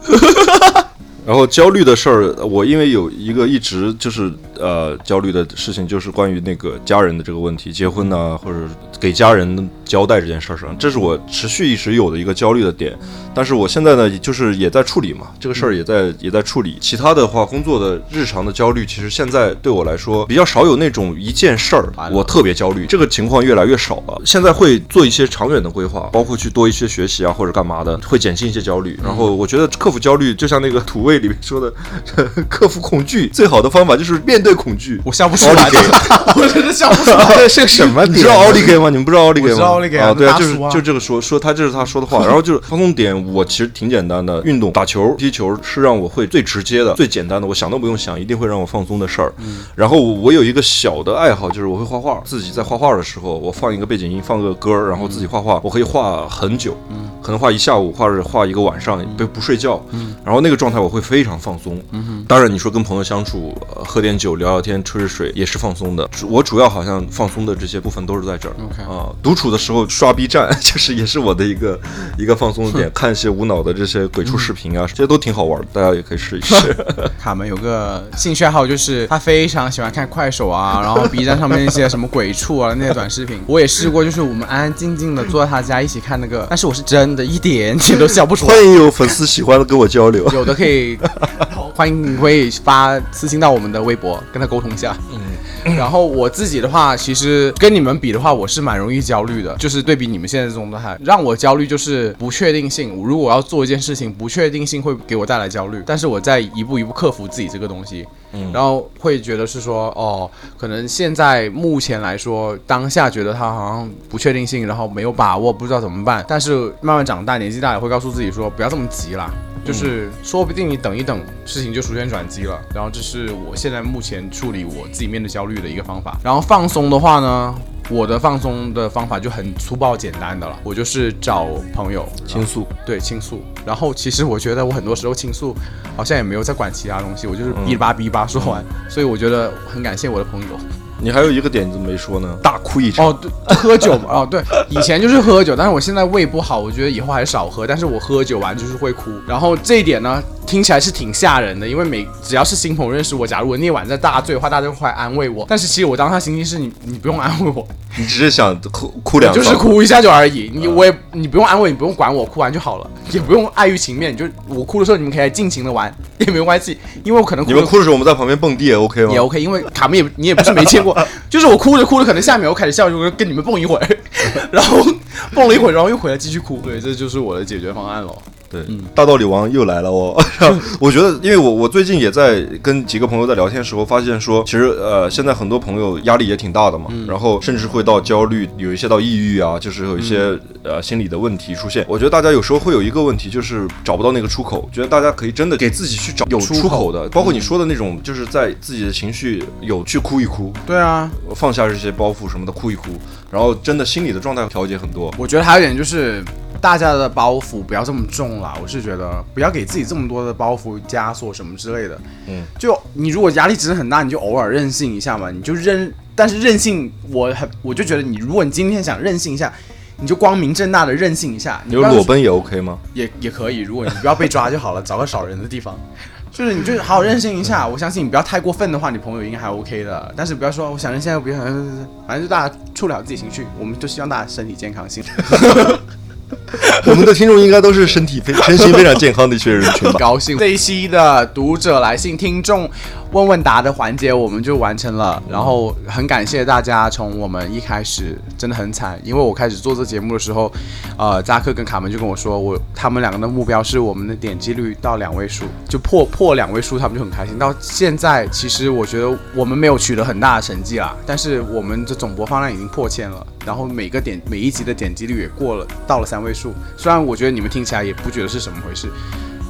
Speaker 1: 然后焦虑的事儿，我因为有一个一直就是呃焦虑的事情，就是关于那个家人的这个问题，结婚呐、或者给家人交代这件事儿上，这是我持续一直有的一个焦虑的点。但是我现在呢，就是也在处理嘛，这个事儿也在也在处理。其他的话，工作的日常的焦虑，其实现在对我来说比较少有那种一件事儿我特别焦虑，这个情况越来越少了。现在会做一些长远的规划，包括去多一些学习啊或者干嘛的，会减轻一些焦虑。然后我觉得克服焦虑，就像那个土味里面说的， 克服恐惧最好的方法就是面对恐惧。
Speaker 2: 我笑不出来， 我真的笑不出来。
Speaker 3: 这是什么
Speaker 1: 你知道奥利给吗？你们不知道奥利给吗？
Speaker 2: 我知道奥利给啊
Speaker 1: 啊，对啊，
Speaker 2: 那大
Speaker 1: 就
Speaker 2: 叔
Speaker 1: 是
Speaker 2: 啊
Speaker 1: 就这个说说他这是他说的话，然后就是放松点，我其实挺简单的，运动、打球、踢球是让我会最直接的、最简单的，我想都不用想，一定会让我放松的事儿。然后我有一个小的爱好，就是我会画画，自己在画画的时候，我放一个背景音，放个歌儿，然后自己画画，我可以画很久，可能画一下午，或者画一个晚上，不不睡觉，然后那个状态我会非常放松。当然，你说跟朋友相处，呃喝点酒、聊聊天、吹吹水也是放松的。主我主要好像放松的这些部分都是在这儿
Speaker 4: OK
Speaker 1: 啊。独处的时候刷 B 站， 就是也是我的一个一个放松 的点，看一些无脑的这些鬼畜视频啊，这些都挺好玩的，大家也可以试一 试。
Speaker 2: 卡门有个兴趣爱好，就是他非常喜欢看快手啊，然后 B 站上面一些什么鬼畜啊那些短视频。我也试过，就是我们安安静静的坐在他家一起看那个，但是我是真的一点点都笑 不出来
Speaker 1: 欢。迎有粉丝喜欢的跟我交流。
Speaker 2: 有的可以，欢迎你会发私信到我们的微博，跟他沟通一下。然后我自己的话，其实跟你们比的话，我是蛮容易焦虑的，就是对比你们现在这种状态，让我焦虑就是不确定性。如果我要做一件事情，不确定性会给我带来焦虑，但是我在一步一步克服自己这个东西，然后会觉得是说，哦，可能现在目前来说，当下觉得它好像不确定性，然后没有把握，不知道怎么办。但是慢慢长大，年纪大了，会告诉自己说，不要这么急啦。就是说不定你等一等，事情就出现转机了。然后这是我现在目前处理我自己面对焦虑的一个方法。然后放松的话呢，我的放松的方法就很粗暴简单的了，我就是找朋友
Speaker 1: 倾诉，
Speaker 2: 对倾诉。然后其实我觉得我很多时候倾诉，好像也没有在管其他东西，我就是哔哩吧哔哩吧说完。所以我觉得很感谢我的朋友。
Speaker 1: 你还有一个点你怎么没说呢？大哭一场。
Speaker 2: 哦，对，喝酒嘛， 哦，对，以前就是喝酒，但是我现在胃不好，我觉得以后还是少喝。但是我喝酒完就是会哭，然后这一点呢，听起来是挺吓人的，因为每只要是新朋友认识我，假如我那晚在大醉的话，大家会来安慰我。但是其实我当下心情是你，你不用安慰我，
Speaker 1: 你只是想哭哭两嗯
Speaker 2: 就
Speaker 1: 嗓
Speaker 2: 是哭一下就而已。你我也你不用安慰，你不用管我，哭完就好了，也不用碍于情面，你就我哭的时候你们可以尽情的玩，也没有关系，因为我可能哭
Speaker 1: 你
Speaker 2: 的
Speaker 1: 们哭的时候我们在旁边蹦迪也 OK 吗？
Speaker 2: 也 OK，因为卡门也你也不是没 见过，就是我哭着哭着，可能下面我开始笑，就跟你们蹦一会儿， 然后蹦了一会儿，然后又回来继续哭。对，这就是我的解决方案了。
Speaker 1: 对，大道理王又来了哦。我 觉得，因为我我最近也在跟几个朋友在聊天的时候，发现说，其实呃，现在很多朋友压力也挺大的嘛，然后甚至会到焦虑，有一些到抑郁啊，就是有一些、呃心理的问题出现。我觉得大家有时候会有一个问题，就是找不到那个出口。觉得大家可以真的给自己去找有出口的，包括你说的那种，就是在自己的情绪有去哭一哭，
Speaker 2: 对啊，
Speaker 1: 放下这些包袱什么的，哭一哭，然后真的心理的状态调节很多。
Speaker 2: 我觉得还有一点就是大家的包袱不要这么重啦。我是觉得不要给自己这么多的包袱、枷锁什么之类的。
Speaker 1: 嗯，
Speaker 2: 就你如果压力真的很大，你就偶尔任性一下嘛，你就任。但是任性，我很我就觉得你，如果你今天想任性一下，你就光明正大的任性一下，
Speaker 1: 你
Speaker 2: 你
Speaker 1: 有
Speaker 2: 不要
Speaker 1: 裸奔也 OK 吗？
Speaker 2: 也也可以，如果你不要被抓就好了，找个少人的地方，就是你就好好任性一下。我相信你不要太过分的话，你朋友应该还 OK 的。但是不要说我想任性，不要想，反正就大家处理好自己情绪，我们就希望大家身体健康心。
Speaker 1: 我们的听众应该都是 身体非身心非常健康的一些人群吧？
Speaker 2: 高兴。这一期的读者来信听众，问问答的环节我们就完成了，然后很感谢大家从我们一开始真的很惨，因为我开始做这节目的时候，呃，扎克跟卡门就跟我说，我他们两个的目标是我们的点击率到两位数，就破破两位数，他们就很开心。到现在，其实我觉得我们没有取得很大的成绩啦，但是我们的总播放量已经破千了，然后每个点每一集的点击率也过了到了三位数，虽然我觉得你们听起来也不觉得是什么回事。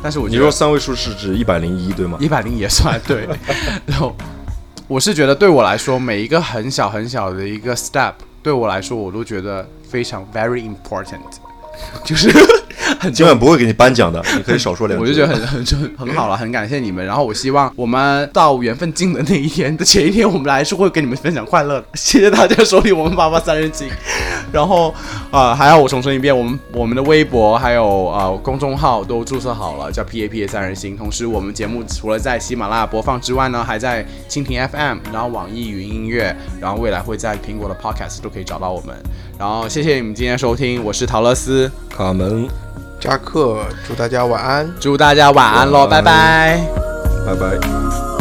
Speaker 2: 但是 我
Speaker 1: 你
Speaker 2: 觉得
Speaker 1: 说三位数是指一百零一对吗？
Speaker 2: 一百零也算对。然后我是觉得对我来说，每一个很小很小的一个 step，对我来说我都觉得非常 very important，就是 很
Speaker 1: 今晚不会给你颁奖的，你可以少说两句。
Speaker 2: 我就觉得很很很很好了，很感谢你们。然后我希望我们到缘分尽的那一天的前一天，我们来是会跟你们分享快乐的。谢谢大家收听我们八八三人行。然后啊、呃还要我重申一遍，我们我们的微博还有啊、呃公众号都注册好了，叫 P A P A 三人行。同时，我们节目除了在喜马拉雅播放之外呢，还在蜻蜓 F M，然后网易云音乐，然后未来会在苹果的 Podcast 都可以找到我们。然后谢谢你们今天收听，我是陶乐斯，
Speaker 1: 卡门，
Speaker 3: 扎克，祝大家晚安。
Speaker 2: 祝大家晚安喽，拜拜
Speaker 1: 拜拜。